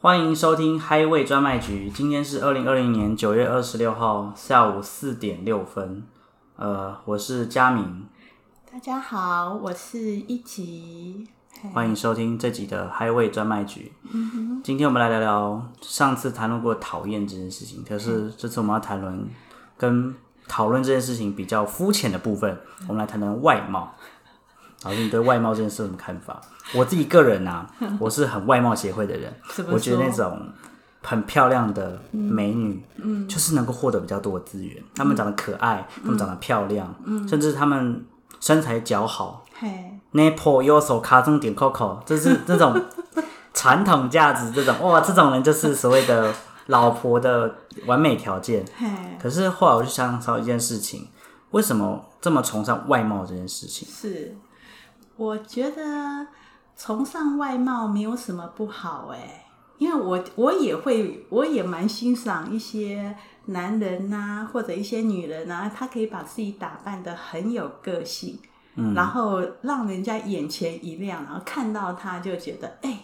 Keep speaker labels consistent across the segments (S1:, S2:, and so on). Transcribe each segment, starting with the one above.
S1: 欢迎收听 Highway 专卖局。今天是二零二零年九月二十六号下午四点六分。呃，我是佳明，
S2: 大家好，我是一吉。
S1: 欢迎收听这集的 Highway 专卖局。今天我们来聊聊上次谈论过讨厌这件事情，可是这次我们要谈论跟讨论这件事情比较肤浅的部分，我们来谈谈外貌。老师，你对外貌这件事有什么看法？我自己个人 啊，我是很外貌协会的人
S2: 怎，么
S1: 我觉得那
S2: 说
S1: 种很漂亮的美女，嗯，就是能够获得比较多的资源。她们长得可爱，她们长得漂亮，嗯，甚至她们身材姣好，
S2: 嘿，
S1: Napo 右手卡中点 Coco，这是这种传统价值，这种哇，这种人就是所谓的老婆的完美条件。
S2: 嘿，
S1: 可是后来我就想到一件事情，为什么这么崇尚外貌这件事情？
S2: 是，我觉得崇尚外貌没有什么不好哎、因为我我也会，我也蛮欣赏一些男人呐、或者一些女人呐、他可以把自己打扮的很有个性，嗯，然后让人家眼前一亮，然后看到他就觉得哎、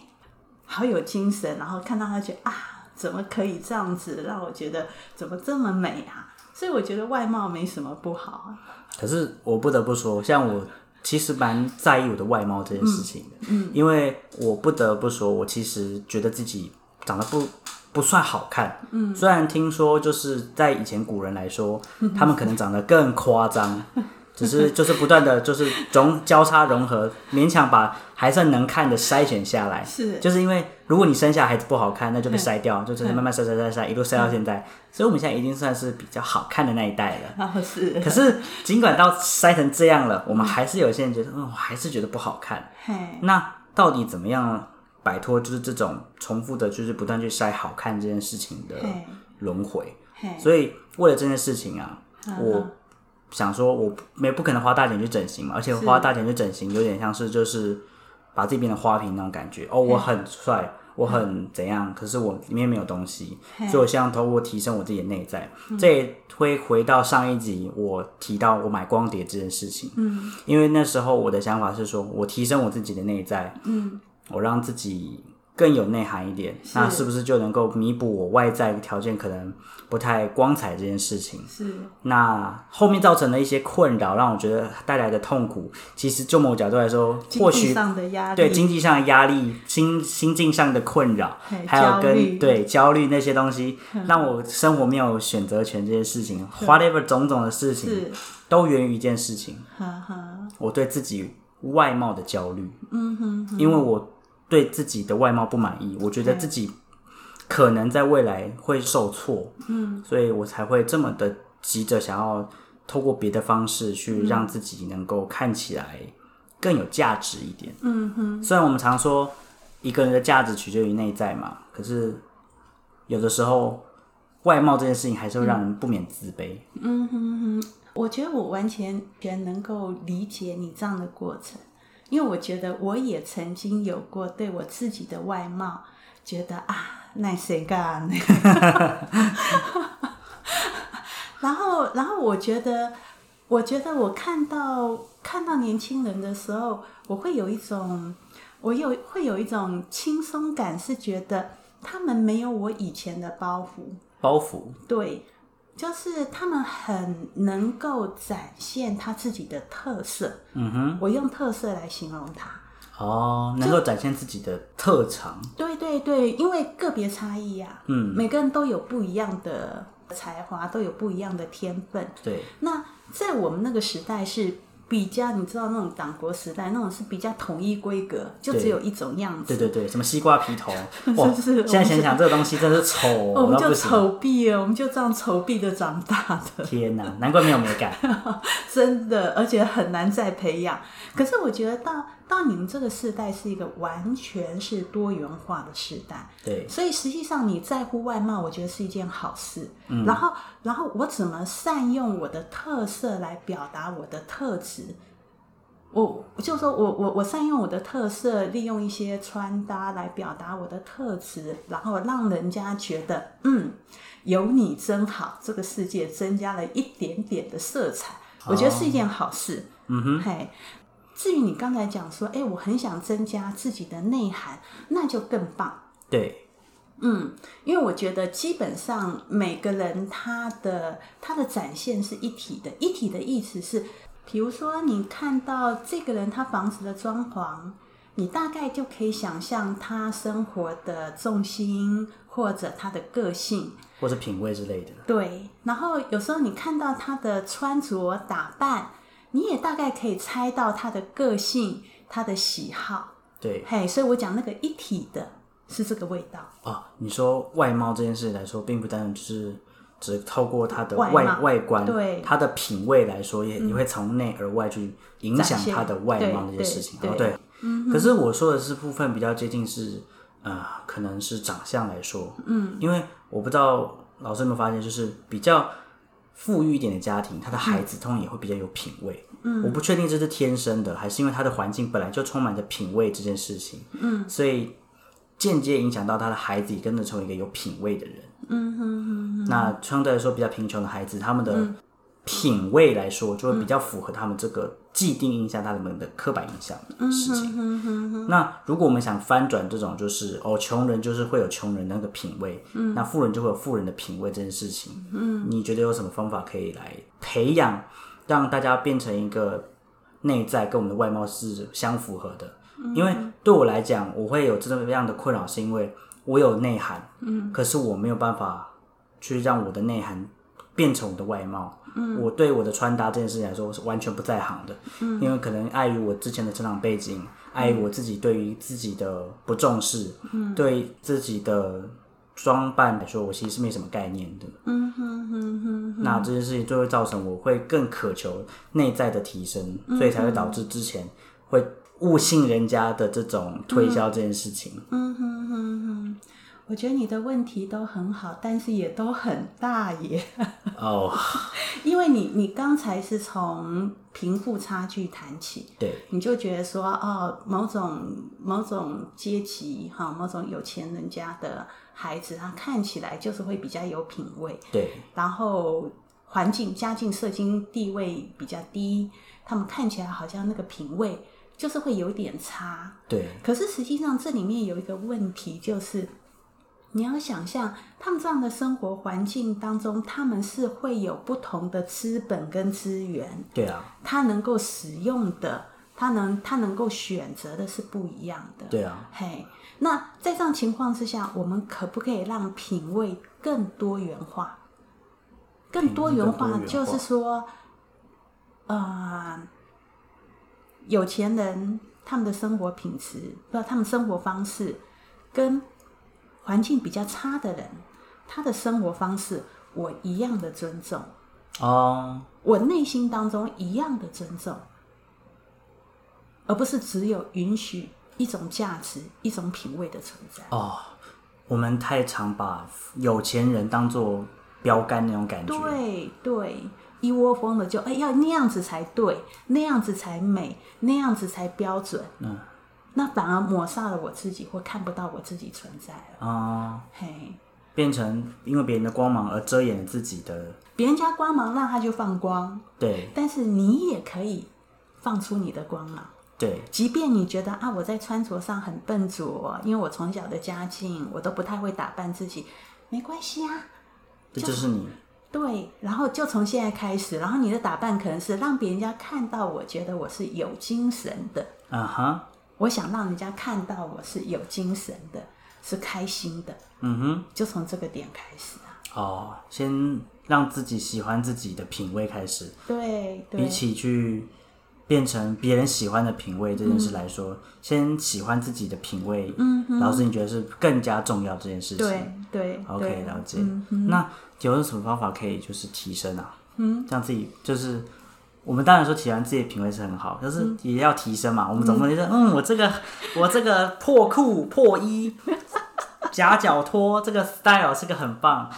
S2: 好有精神，然后看到他觉得啊，怎么可以这样子，让我觉得怎么这么美啊？所以我觉得外貌没什么不好啊。
S1: 可是我不得不说，像我其实蛮在意我的外貌这件事情的，嗯，因为我不得不说，我其实觉得自己长得不不算好看，嗯，虽然听说就是在以前古人来说，他们可能长得更夸 张。只是就是不断的就是融交叉融合，勉强把还算能看的筛选下来。
S2: 是
S1: 就是因为如果你生下孩子不好看，那就被筛掉，就是慢慢筛筛筛筛，一路筛到现在。所以我们现在已经算是比较好看的那一代了。
S2: 然后 是，
S1: 可是尽管到筛成这样了，我们还是有些人觉得，嗯，我还是觉得不好看。
S2: 嘿，
S1: 那到底怎么样摆脱就是这种重复的，就是不断去筛好看这件事情的
S2: 嘿，
S1: 轮回？
S2: 嘿，
S1: 所以为了这件事情啊，
S2: 嗯
S1: 我想说，我没不可能花大钱去整形嘛，而且
S2: 是
S1: 花大钱去整形有点像是就是把自己变成花瓶那种感觉。哦，我很帅，我
S2: 嗯
S1: 很怎样，可是我里面没有东西，所以我希望通过提升我自己的内在。
S2: 嗯
S1: 这也会回到上一集我提到我买光碟这件事情，嗯，因为那时候我的想法是说我提升我自己的内在，
S2: 嗯，
S1: 我让自己。更有内涵一点，那是不是就能够弥补我外在条件可能不太光彩这件事情？
S2: 是
S1: 那后面造成的一些困扰，让我觉得带来的痛苦，其实就某角度来说，
S2: 经
S1: 或
S2: 济
S1: 许
S2: 上的压力，
S1: 对经济上的压力、心心境上的困扰
S2: 嘿，
S1: 还有
S2: 焦
S1: 跟
S2: 虑嗯
S1: 对焦虑那些东西，让我生活没有选择权这些事情，whatever 种种的事情，
S2: 是，
S1: 都源于一件事情，
S2: 呵呵，
S1: 我对自己外貌的焦虑。嗯哼，因为我对自己的外貌不满意，我觉得自己可能在未来会受挫，嗯，所以我才会这么的急着想要透过别的方式去让自己能够看起来更有价值一点。
S2: 嗯哼，
S1: 虽然我们常说一个人的价值取决于内在嘛，可是有的时候外貌这件事情还是会让人不免自卑。
S2: 嗯哼哼，我觉得我完全全能够理解你这样的过程，因为我觉得我也曾经有过对我自己的外貌觉得啊，那谁干？ 然后，然后我觉得，我觉得我看到看到年轻人的时候，我会有一种，我有会有一种轻松感，是觉得他们没有我以前的包袱。
S1: 包袱
S2: 对，就是他们很能够展现他自己的特色。嗯哼，我用特色来形容他。
S1: 哦，能够展现自己的特长，
S2: 对对对，因为个别差异呀、嗯，每个人都有不一样的才华，都有不一样的天分。
S1: 对。
S2: 那在我们那个时代是比较，你知道那种党国时代那种是比较统一规格，就只有一种样
S1: 对
S2: 子。
S1: 对对，什么西瓜皮 头，哇！
S2: 是是
S1: 现在想想这个东西真是丑
S2: 哦我们
S1: 到
S2: 就
S1: 不行，
S2: 丑毙了，我们就这样丑毙的长大的。
S1: 天哪，难怪没有美感。
S2: 真的，而且很难再培养。可是我觉得到到你们这个世代是一个完全是多元化的时代，
S1: 对，
S2: 所以实际上你在乎外貌，我觉得是一件好事。嗯、然后，然后我怎么善用我的特色来表达我的特质？我就说我我我善用我的特色，利用一些穿搭来表达我的特质，然后让人家觉得嗯，有你真好，这个世界增加了一点点的色彩，我觉得是一件好事。嗯哼，嘿。至于你刚才讲说，哎、我很想增加自己的内涵，那就更棒。
S1: 对，
S2: 嗯，因为我觉得基本上每个人他的他的展现是一体的，一体的意思是，比如说你看到这个人他房子的装潢，你大概就可以想象他生活的重心或者他的个性。
S1: 或者品味之类的。
S2: 对，然后有时候你看到他的穿着打扮，你也大概可以猜到他的个性、他的喜好。
S1: 对
S2: 嘿，所以我讲那个一体的是这个味道。
S1: 啊，你说外貌这件事来说，并不单单就是只透过它的
S2: 外
S1: 外
S2: 貌
S1: 观，
S2: 对
S1: 它的品味来说，也也会从内而外去影
S2: 展
S1: 响
S2: 现
S1: 它的外
S2: 对
S1: 貌这些
S2: 对
S1: 事情。
S2: 对嗯
S1: 哦，对。可是我说的是部分比较接近是，呃，可能是长相来说，嗯，因为我不知道老师有没有发现，就是比较富裕一点的家庭，
S2: 嗯
S1: 他的孩子通常也会比较有品味。嗯，我不确定这是天生的，还是因为他的环境本来就充满着品味这件事情。嗯，所以间接影响到他的孩子也跟着成为一个有品味的人。
S2: 嗯哼哼嗯哼，
S1: 那相对来说比较贫穷的孩子，他们的品味来说就
S2: 嗯
S1: 会比较符合他们这个既定印象，他们的刻板印象的事情。
S2: 嗯哼哼，
S1: 那如果我们想翻转这种，就是哦，穷人就是会有穷人的那个品味，嗯，那富人就会有富人的品味这件事情，嗯，你觉得有什么方法可以来培养，让大家变成一个内在跟我们的外貌是相符合的？
S2: 嗯
S1: 因为对我来讲，我会有这么样的困扰，是因为我有内涵，嗯，可是我没有办法去让我的内涵变成我的外貌。嗯，我对我的穿搭这件事情来说，我是完全不在行的。嗯，因为可能碍于我之前的成长背景，碍于我自己对于自己的不重视，嗯，对自己的装扮来说，我其实是没什么概念的。
S2: 嗯哼哼哼哼，
S1: 那这件事情就会造成我会更渴求内在的提升，
S2: 嗯
S1: 所以才会导致之前会误信人家的这种推销这件事情。
S2: 嗯哼哼哼，我觉得你的问题都很好，但是也都很大耶。
S1: 哦，
S2: 因为你你刚才是从贫富差距谈起，
S1: 对，
S2: 你就觉得说哦，某种某种阶级哈、某种有钱人家的孩子，他看起来就是会比较有品味，
S1: 对，
S2: 然后环境、家境、社经地位比较低，他们看起来好像那个品味就是会有点差。
S1: 对，
S2: 可是实际上这里面有一个问题，就是你要想象他们这样的生活环境当中，他们是会有不同的资本跟资源，
S1: 对啊，
S2: 他能够使用的，他能他能够选择的是不一样的。
S1: 对啊，
S2: 嘿，那在这样情况之下，我们可不可以让品味更多元化？更多元
S1: 品味
S2: 化
S1: 更多元化
S2: 就是说，呃，有钱人他们的生活品质，不，他们生活方式跟环境比较差的人，他的生活方式，我一样的尊重，
S1: 哦，
S2: 我内心当中一样的尊重，而不是只有允许一种价值、一种品味的存在。
S1: 哦，我们太常把有钱人当做标杆那种感觉。
S2: 对对，一窝蜂的就哎要那样子才对，那样子才美，那样子才标准。
S1: 嗯，
S2: 那反而抹杀了我自己，或看不到我自己存在了。
S1: 啊、
S2: 嘿，
S1: 变成因为别人的光芒而遮掩了自己的。
S2: 别人家光芒让他就放光，
S1: 对
S2: 但是你也可以放出你的光芒。
S1: 对
S2: 即便你觉得啊，我在穿着上很笨拙，因为我从小的家境，我都不太会打扮自己，没关系啊。
S1: 这就是你。
S2: 对，然后就从现在开始，然后你的打扮可能是让别人家看到，我觉得我是有精神的，
S1: 啊哈，
S2: 我想让人家看到我是有精神的，是开心的，
S1: 嗯
S2: 就从这个点开始啊。
S1: 哼，哦，先让自己喜欢自己的品味开始，
S2: 对对
S1: 比起去变成别人喜欢的品味这件
S2: 嗯
S1: 事来说，先喜欢自己的品味。嗯老师，你觉得是更加重要这件事情？
S2: 对对
S1: OK，
S2: 对
S1: 了解。那有没有什么方法可以就是提升啊？嗯，让自己就是我们当然说喜欢自己的品味是很好，但是也要提升嘛。我们总不能说嗯，我这个 我这个破裤破衣 夹脚拖这个 style 是个很棒。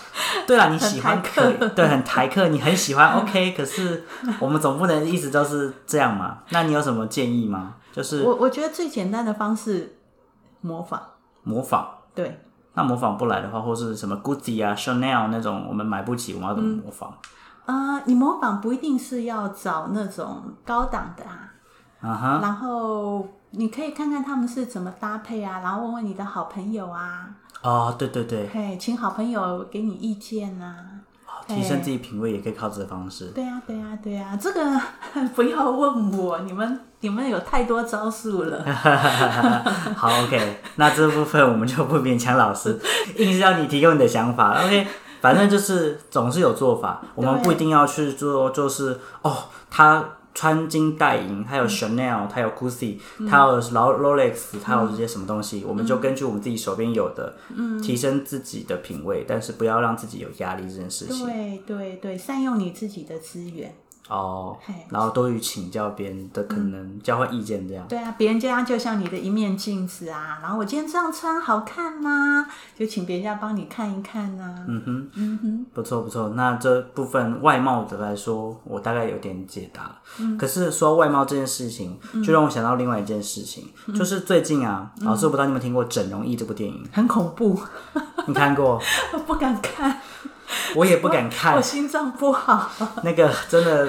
S1: 对啦，你喜欢可以，对，很台客，你很喜 欢 OK，可是我们总不能一直都是这样嘛。那你有什么建议吗？就是
S2: 我我觉得最简单的方式，模仿。
S1: 模仿。
S2: 对，
S1: 那模仿不来的话，或是什么 Gucci 啊、Chanel 那种我们买不起，我们要怎么模仿？
S2: 呃，你模仿不一定是要找那种高档的啊，
S1: 啊哈，
S2: 然后你可以看看他们是怎么搭配啊，然后问问你的好朋友啊，
S1: 啊，对对对，
S2: 嘿，请好朋友给你意见啊。
S1: 啊提升自己品味也可以靠这个方式。
S2: 对呀、啊对呀、对呀、这个 不要问我，你们你们有太多招数 了。
S1: 好，OK，那 这部分我们就不勉强老 师，硬是要你提供你的想法。OK，反正就是总是有做法，我们
S2: 对
S1: 不一定要去做，就是哦，他穿金戴银，
S2: 嗯
S1: 他有 Chanel，他有 Gucci，他有劳 Rolex，他
S2: 嗯
S1: 有这些什么东西，我们就根据我们自己手边有的，提升自己的品味，但是不要让自己有压力这件事情。
S2: 对对对，善用你自己的资源。
S1: 哦
S2: 嘿，
S1: 然后多于请教别人的可
S2: 嗯
S1: 能交换意见这样。
S2: 对啊，别人家就像你的一面镜子啊。然后我今天这样穿好看呐、就请别人家帮你看一看呐、嗯哼，嗯哼，
S1: 不错不错，那这部分外貌的来说，我大概有点解答了。可是说到外貌这件事情，就让我想到另外一件事情，就是最近啊，老师我不知道你们听过《整容医》这部电影，
S2: 很恐怖，
S1: 你看过？
S2: 我不敢看，
S1: 我也不敢
S2: 我
S1: 看，
S2: 心脏不好。
S1: 那个真的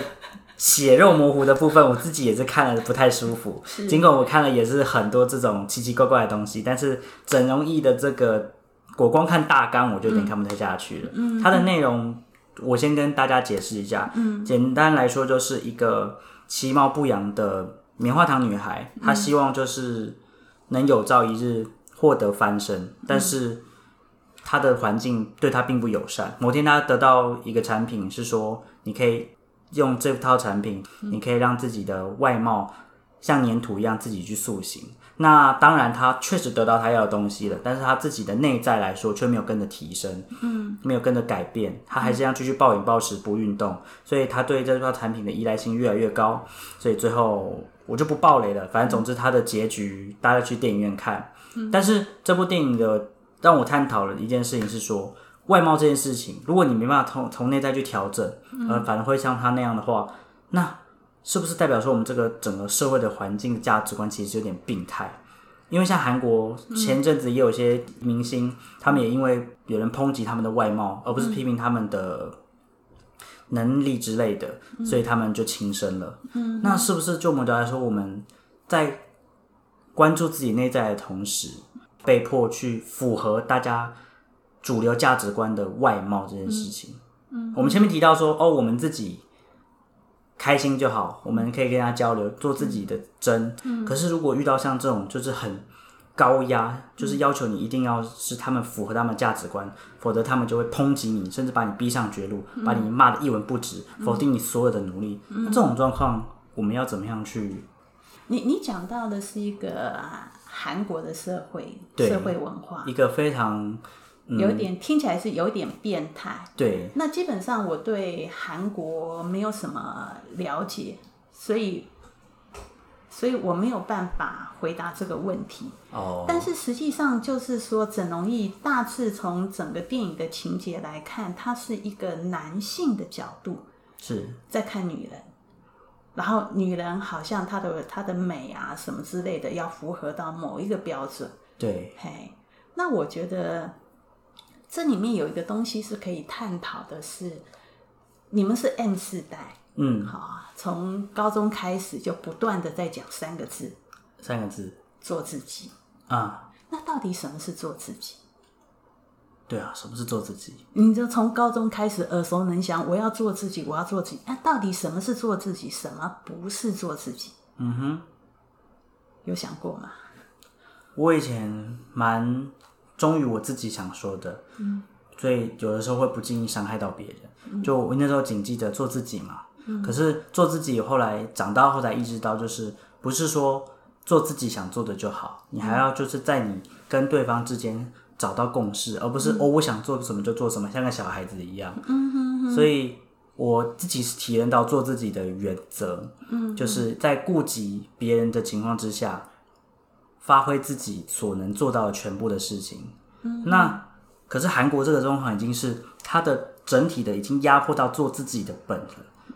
S1: 血肉模糊的部分，我自己也是看了不太舒服。尽管我看了也是很多这种奇奇怪怪的东西，但是整容艺的这个，我光看大纲我就有点看不太下去了。它的内容我先跟大家解释一下，简单来说就是一个其貌不扬的棉花糖女孩，她希望就是能有朝一日获得翻身，但是。他的环境对他并不友善。某天他得到一个产品，是说你可以用这套产品，你可以让自己的外貌像粘土一样自己去塑形。那当然，他确实得到他要的东西了，但是他自己的内在来说却没有跟着提升，嗯，没有跟着改变，他还是一样继续暴饮暴食、不运动，所以他对这套产品的依赖性越来越高，所以最后我就不爆雷了。反正总之，他的结局大家去电影院看。但是这部电影的让我探讨了一件事情是说，外貌这件事情，如果你没办法从从内在去调整，呃，反而会像他那样的话，那是不是代表说我们这个整个社会的环境价值观其实有点病态？因为像韩国前阵子也有一些明星，他们也因为有人抨击他们的外貌，而不是批评他们的能力之类的，所以他们就轻生了。嗯，那是不是就某种来说，我们在关注自己内在的同时，被迫去符合大家主流价值观的外貌这件事情？嗯，我们前面提到说，哦，我们自己开心就好，我们可以跟大家交流，做自己的真。可是如果遇到像这种就是很高压，就是要求你一定要是他们符合他们价值观，否则他们就会抨击你，甚至把你逼上绝路，把你骂得一文不值，否定你所有的努力。那这种状况，我们要怎么样去？
S2: 你你讲到的是一个啊韩国的社会
S1: 对
S2: 社会文化，
S1: 一个非常
S2: 有一点听起来是有点变态。
S1: 对
S2: 那基本上我对韩国没有什么了解，所以所以我没有办法回答这个问题。
S1: 哦，
S2: 但是实际上就是说，整容易大致从整个电影的情节来看，它是一个男性的角度
S1: 是
S2: 在看女人，然后女人好像她的她的美啊什么之类的要符合到某一个标准。
S1: 对
S2: 嘿，那我觉得这里面有一个东西是可以探讨的是，你们是 N 世代，
S1: 嗯
S2: 好、啊从高中开始就不断的在讲三个字：
S1: 三个字
S2: 做自己。
S1: 啊，
S2: 那到底什么是做自己？
S1: 对啊，什么是做自己？
S2: 你就从高中开始耳熟能详，我要做自己，我要做自己。那、到底什么是做自己，什么不是做自己？
S1: 嗯哼。
S2: 有想过吗？
S1: 我以前蛮忠于我自己想说的，嗯，所以有的时候会不经意伤害到别人。就我那时候谨记着做自己嘛，可是做自己后来长大后才意识到，就是不是说做自己想做的就好，你还要就是在你跟对方之间找到共识，而不是、哦我想做什么就做什么，像个小孩子一样。所以我自己是体验到做自己的原则，嗯，就是在顾及别人的情况之下，发挥自己所能做到的全部的事情。嗯，那可是韩国这个状况已经是它的整体的已经压迫到做自己的本了，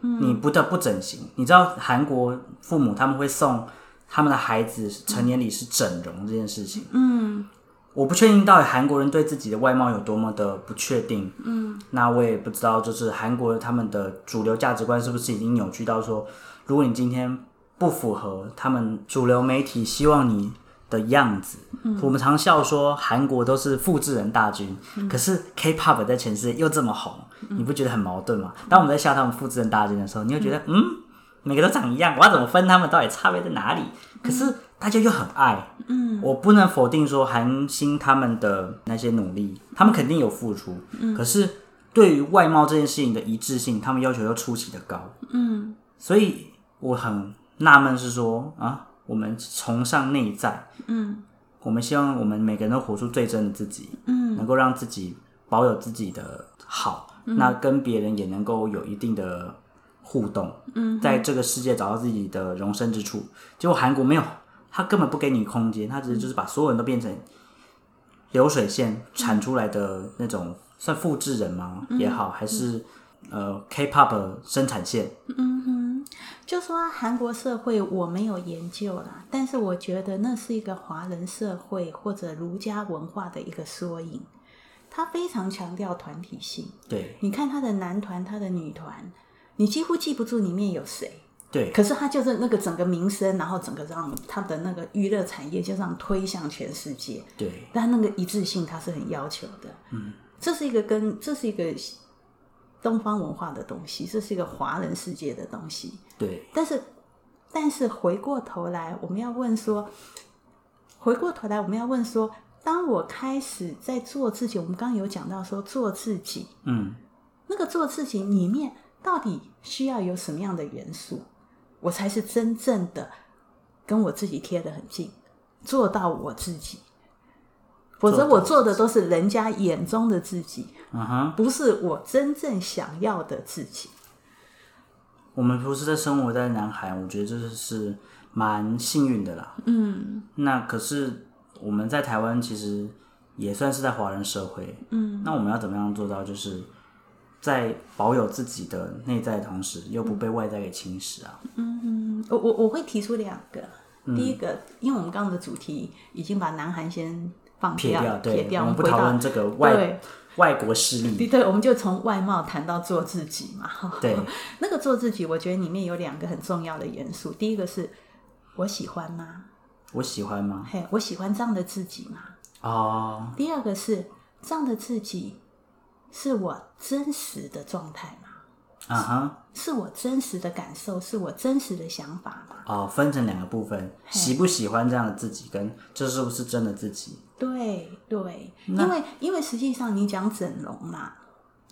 S1: 嗯、你不得不整形。你知道韩国父母他们会送他们的孩子成年礼是整容这件事情，嗯。我不确定到底韩国人对自己的外貌有多么的不确定，那我也不知道，就是韩国他们的主流价值观是不是已经扭曲到说，如果你今天不符合他们主流媒体希望你的样子。我们常笑说韩国都是复制人大军，可是 K-pop 在全世界又这么红，你不觉得很矛盾吗？当我们在笑他们复制人大军的时候，你又觉得嗯，每个都长一样，我要怎么分他们到底差别在哪里？可是大家又很爱，嗯，我不能否定说韩星他们的那些努力，他们肯定有付出，可是对于外貌这件事情的一致性，他们要求又出奇的高，
S2: 嗯
S1: 所以我很纳闷是说啊，我们崇尚内在，
S2: 嗯
S1: 我们希望我们每个人都活出最真的自己，
S2: 嗯嗯
S1: 能够让自己保有自己的好，那跟别人也能够有一定的互动，
S2: 嗯，
S1: 在这个世界找到自己的容身之处。结果韩国没有，他根本不给你空间，他只是就是把所有人都变成流水线产出来的那种算复制人吗？
S2: 嗯
S1: 也好，还是呃 K-pop 生产线，
S2: 嗯哼，就说韩国社会我没有研究啦，但是我觉得那是一个华人社会或者儒家文化的一个缩影，它非常强调团体性。
S1: 对
S2: 你看他的男团，他的女团，你几乎记不住里面有谁。
S1: 对
S2: 可是他就是那个整个名声，然后整个让他的那个娱乐产业就让推向全世界，
S1: 对，
S2: 但那个一致性他是很要求的。嗯，这是一个跟这是一个东方文化的东西，这是一个华人世界的东西。
S1: 对，
S2: 但是，但是回过头来，我们要问说，回过头来我们要问说，当我开始在做自己，我们刚刚有讲到说做自己，
S1: 嗯，
S2: 那个做自己里面到底需要有什么样的元素，我才是真正的跟我自己贴得很近，做到我自己。否则我做的都是人家眼中的自己，
S1: 嗯哼。
S2: 不是我真正想要的自己。
S1: 我们不是在生活在南韩，我觉得这是蛮幸运的啦。
S2: 嗯
S1: 那可是我们在台湾其实也算是在华人社会，
S2: 嗯
S1: 那我们要怎么样做到，就是在保有自己的内在的同时，又不被外在给侵蚀啊？
S2: 嗯，我我我会提出两个，第一
S1: 嗯
S2: 个，因为我们刚刚的主题已经把南韩先放
S1: 撇掉，
S2: 掉，
S1: 对，
S2: 掉，
S1: 我
S2: 我
S1: 们不
S2: 回
S1: 讨
S2: 到
S1: 论这个外
S2: 对
S1: 外国势力，
S2: 对对，我们就从外貌谈到做自己嘛。哈
S1: 对，
S2: 那个做自己，我觉得里面有两个很重要的元素，第一个是我喜欢吗？
S1: 我喜欢 吗？
S2: 嘿，我喜欢这样的自己吗？
S1: 哦，
S2: 第二个是这样的自己是我真实的状态
S1: 啊
S2: 吗？
S1: 哈，
S2: 是我真实的感受，是我真实的想法吗？
S1: 哦，分成两个部分，喜不喜欢这样的自己，跟这是不是真的自己？
S2: 对对，因为因为实际上你讲整容嘛，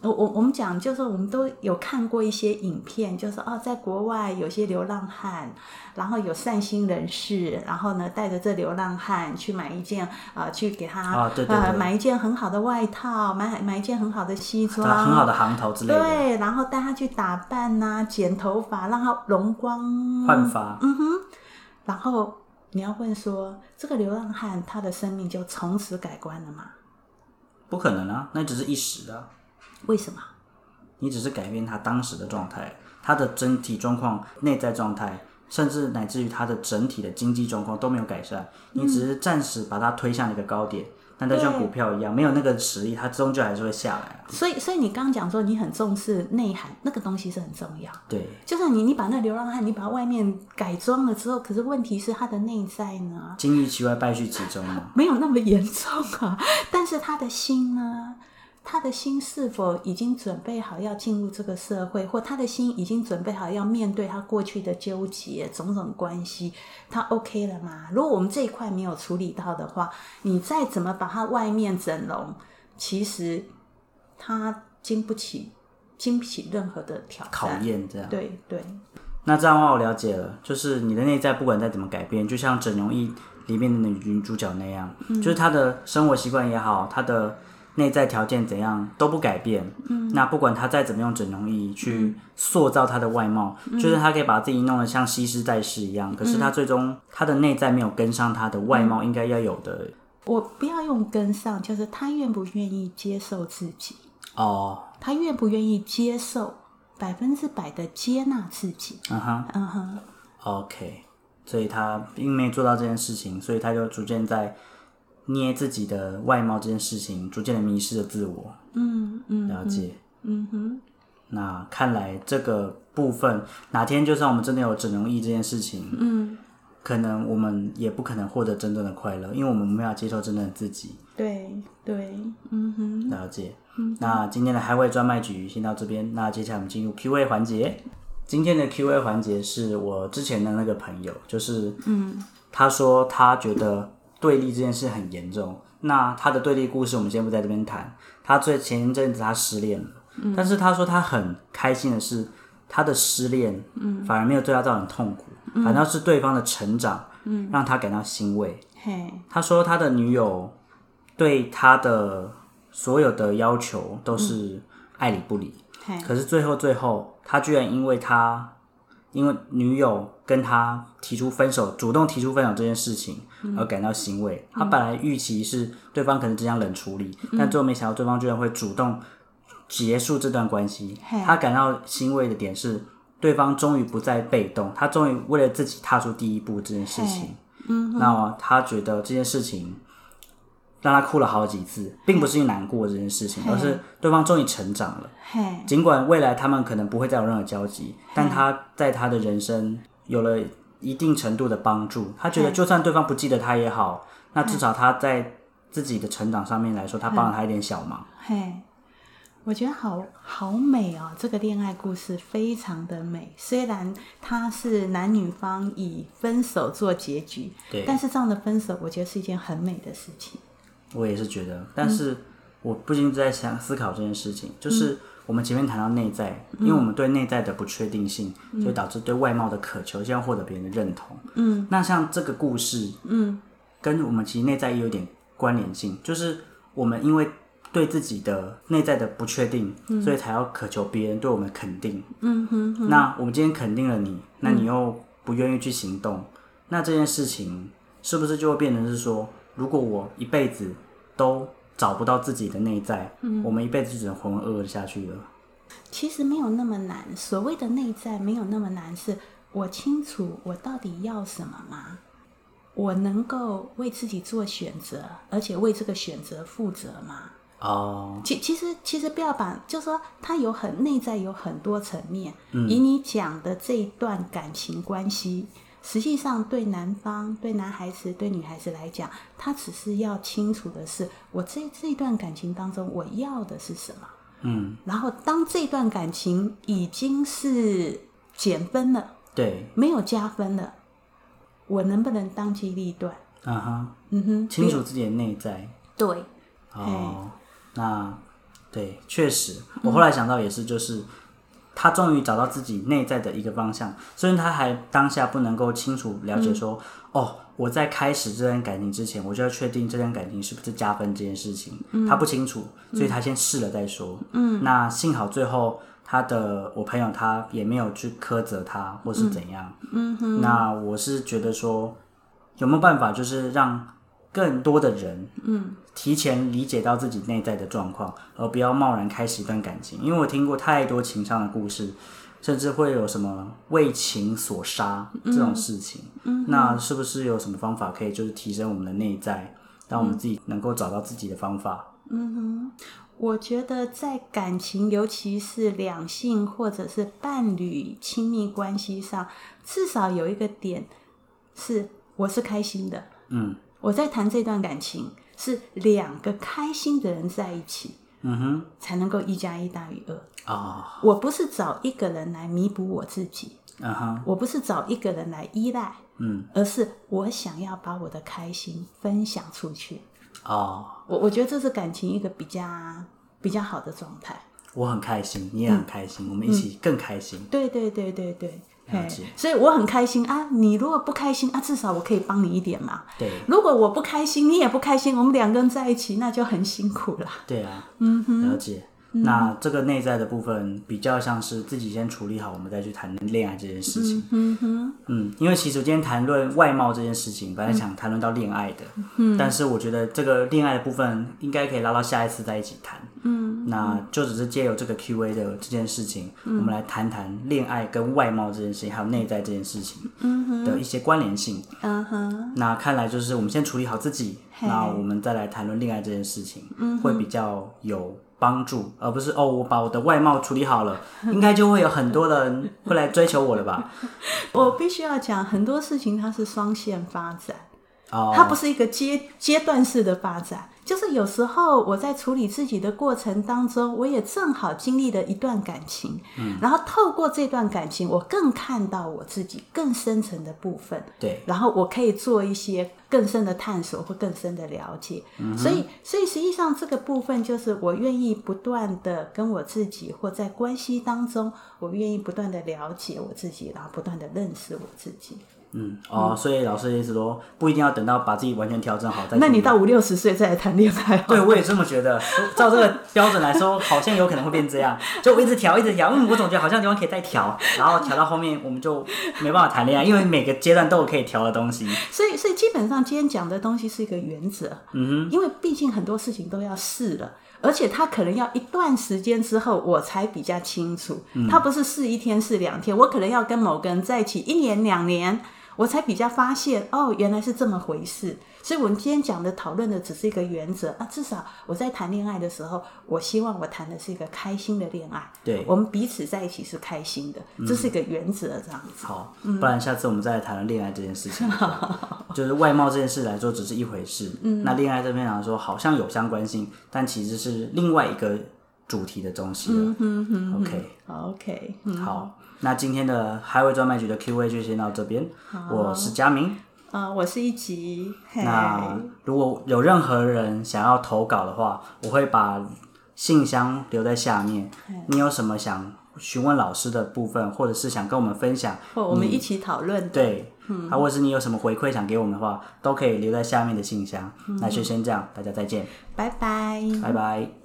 S2: 我我我们讲就是我们都有看过一些影片，就是哦，在国外有些流浪汉，然后有善心人士，然后呢带着这流浪汉去买一件啊、呃去给他
S1: 啊对对
S2: 呃
S1: 对
S2: 买一件很好的外套，买买一件很好的西装，
S1: 啊，很好的行头之类的，
S2: 对，然后带他去打扮呐、剪头发，让他容光
S1: 焕发，
S2: 然后你要问说，这个流浪汉他的生命就从此改观了吗？
S1: 不可能啊，那只是一时的啊、
S2: 为什么？
S1: 你只是改变他当时的状态，他的整体状况、内在状态，甚至乃至于他的整体的经济状况都没有改善，你只是暂时把它推向一个高点，但它就像
S2: 对
S1: 股票一样，没有那个实力，它终究还是会下来啊。
S2: 所以，所以你刚刚讲说你很重视内涵，那个东西是很重要。
S1: 对，
S2: 就是你，你把那流浪汉，你把外面改装了之后，可是问题是他的内在呢，
S1: 金玉其外，败絮其中 嘛。
S2: 没有那么严重啊。 但是他的心呢，他的心是否已经准备好要进入这个社会，或他的心已经准备好要面对他过去的纠结、种种关系，他 OK 了吗？如果我们这一块没有处理到的话，你再怎么把他外面整容，其实他经不起经不起任何的挑
S1: 考
S2: 战。
S1: 验这样，
S2: 对对，
S1: 那这样的话我了解了，就是你的内在不管再怎么改变，就像整容一里面的女主角那样，就是她的生活习惯也好，她的内在条件怎样都不改变。嗯，那不管她再怎么用整容仪去塑造她的外貌，就是她可以把自己弄得像西施在世一样，可是她最终她的内在没有跟上她的外貌应该要有的
S2: 我不要用跟上，就是他愿不愿意接受自己。
S1: 哦，
S2: 他愿不愿意接受百分之百的接纳自己？
S1: 嗯哼，
S2: 嗯哼，
S1: OK，所以他并没做到这件事情，所以他就逐渐在捏自己的外貌这件事情，逐渐的迷失了自我。
S2: 嗯嗯
S1: 了解。
S2: 嗯哼，
S1: 那看来这个部分，哪天就算我们真的有整容医这件事情，
S2: 嗯
S1: 可能我们也不可能获得真正的快乐，因为我们没有接受真正的自己。
S2: 对对，嗯哼，
S1: 了解。那今天的海外专卖局先到这边，那接下来我们进入 Q&A 环节。今天的 Q&A 环节是我之前的那个朋友，就是嗯，他说他觉得对立这件事很严重。那他的对立故事我们先不在这边谈。他最前一阵子他失恋了，但是他说他很开心的是，他的失恋反而没有对他造成痛苦，反倒是对方的成长让他感到欣慰。
S2: 嘿，
S1: 他说他的女友对他的所有的要求都是爱理不理，
S2: 嗯嘿，
S1: 可是最后最后，他居然因为他因为女友跟他提出分手，主动提出分手这件事情
S2: 嗯
S1: 而感到欣慰。他本来预期是对方可能只想冷处理，
S2: 嗯
S1: 但最后没想到对方居然会主动结束这段关系
S2: 嘿。
S1: 他感到欣慰的点是，对方终于不再被动，他终于为了自己踏出第一步这件事情。嗯，那他觉得这件事情让他哭了好几次，并不是因为难过这件事情，而是对方终于成长了。
S2: 嘿，
S1: 尽管未来他们可能不会再有任何交集，但他在他的人生有了一定程度的帮助。他觉得，就算对方不记得他也好，那至少他在自己的成长上面来说，他帮了他一点小忙。
S2: 嘿，我觉得好好美哦，这个恋爱故事非常的美。虽然它是男女方以分手做结局，
S1: 对
S2: 但是这样的分手，我觉得是一件很美的事情。
S1: 我也是觉得，但
S2: 嗯
S1: 是我不禁在想思考这件事情，就是我们前面谈到内在，
S2: 嗯
S1: 因为我们对内在的不确定性，所以导致对外貌的渴求，希望获得别人的认同。嗯，那像这个故事，
S2: 嗯，
S1: 跟我们其实内在也有点关联性，就是我们因为对自己的内在的不确定，所以才要渴求别人对我们肯定。
S2: 嗯哼，嗯
S1: 那我们今天肯定了你，那你又不愿意去行动，那这件事情是不是就会变成是说，如果我一辈子都找不到自己的内在，
S2: 嗯
S1: 我们一辈子只能浑浑噩噩地下去了？
S2: 其实没有那么难。所谓的内在没有那么难，是我清楚我到底要什么吗？我能够为自己做选择，而且为这个选择负责吗？
S1: 哦，
S2: 其其实其实不要把，就说它有很内在有很多层面。以你讲的这一段感情关系，实际上对男方、对男孩子、对女孩子来讲，他只是要清楚的是，我这这一段感情当中我要的是什么。
S1: 嗯，
S2: 然后当这段感情已经是减分了，
S1: 对，
S2: 没有加分了，我能不能当机立断？
S1: 啊哈，
S2: 嗯哼，
S1: 清楚自己的内在。
S2: 对，
S1: 哦，那对，确实，我后来想到也是，就是、他终于找到自己内在的一个方向，虽然他还当下不能够清楚了解说，哦，我在开始这段感情之前，我就要确定这段感情是不是加分这件事情，他不清楚，所以他先试了再说。嗯，那幸好最后。他的我朋友他也没有去苛责他或是怎样，嗯哼，那我是觉得说有没有办法就是让更多的人提前理解到自己内在的状况，而不要贸然开始一段感情。因为我听过太多情商的故事，甚至会有什么为情所杀这种事情。那是不是有什么方法可以就是提升我们的内在，让我们自己能够找到自己的方法？
S2: 嗯我觉得在感情，尤其是两性或者是伴侣亲密关系上，至少有一个点是我是开心的。
S1: 嗯，
S2: 我在谈这段感情是两个开心的人在一起，
S1: 嗯哼，
S2: 才能够一加一大于二。
S1: 啊、
S2: 我不是找一个人来弥补我自己，
S1: 嗯哼，
S2: 我不是找一个人来依赖，
S1: 嗯，
S2: 而是我想要把我的开心分享出去。
S1: 哦，
S2: 我我觉得这是感情一个比较比较好的状态。
S1: 我很开心，你也很开心，我们一起更开心。
S2: 对对对对对，嘿
S1: 解，
S2: 所以我很开心啊！你如果不开心啊，至少我可以帮你一点嘛。
S1: 对，
S2: 如果我不开心，你也不开心，我们两个人在一起那就很辛苦了。
S1: 对啊，嗯哼，了解。那这个内在的部分比较像是自己先处理好，我们再去谈恋爱这件事情。嗯哼，嗯，因为其实我今天谈论外貌这件事情，本来想谈论到恋爱的，嗯，但是我觉得这个恋爱的部分应该可以拉到下一次再一起谈。嗯，那就只是借由这个 Q&A 的这件事情，
S2: 嗯
S1: 我们来谈谈恋爱跟外貌这件事情，还有内在这件事情的一些关联性。
S2: 嗯哼，
S1: 那看来就是我们先处理好自己，
S2: 嘿嗯
S1: 那我们再来谈论恋爱这件事情，会比较有帮助，而不是哦，我把我的外貌处理好了，应该就会有很多人会来追求我了 吧？
S2: 我必须要讲，很多事情它是双线发展，
S1: 哦，
S2: 它不是一个阶阶段式的发展。就是有时候我在处理自己的过程当中，我也正好经历了一段感情，嗯，然后透过这段感情，我更看到我自己更深层的部分，
S1: 对，
S2: 然后我可以做一些更深的探索或更深的了解。所以，所以实际上这个部分就是我愿意不断的跟我自己或在关系当中，我愿意不断的了解我自己，然后不断的认识我自己。
S1: 嗯，哦，所以老师的意思说，不一定要等到把自己完全调整好再去。
S2: 那你到五六十岁再来谈恋爱哦好了，
S1: 对，我也这么觉得。 照这个标准来说，好像有可能会变这样。就我一直调，一直调，嗯，我总觉得好像地方可以再调，然后调到后面我们就没办法谈恋爱，因为每个阶段都有可以调的东西。
S2: 所以，所以基本上今天讲的东西是一个原则，嗯哼，因为毕竟很多事情都要试了，而且他可能要一段时间之后我才比较清楚，他不是试一天试两天，我可能要跟某个人在一起一年两年，我才比较发现哦，原来是这么回事。所以我们今天讲的讨论的只是一个原则啊，至少我在谈恋爱的时候，我希望我谈的是一个开心的恋爱，
S1: 对
S2: 我们彼此在一起是开心的，这是一个原则，这样子。
S1: 好，不然下次我们再来谈论恋爱这件事 情。就是外貌这件事来说，只是一回事。嗯，那恋爱这边来说，好像有相关性，但其实是另外一个主题的东西了。嗯嗯 OK，
S2: OK，嗯，
S1: 好，那今天的海味专卖局的 Q&A 就先到这边。我是佳明。
S2: 啊、我是一集，嘿
S1: 那如果有任何人想要投稿的话，我会把信箱留在下面。你有什么想询问老师的部分，或者是想跟我们分享，
S2: 或我们一起讨论的。
S1: 对，
S2: 嗯
S1: 啊，或者是你有什么回馈想给我们的
S2: 嗯
S1: 话，都可以留在下面的信箱。那就先这样，大家再见，
S2: 拜拜。
S1: 拜拜。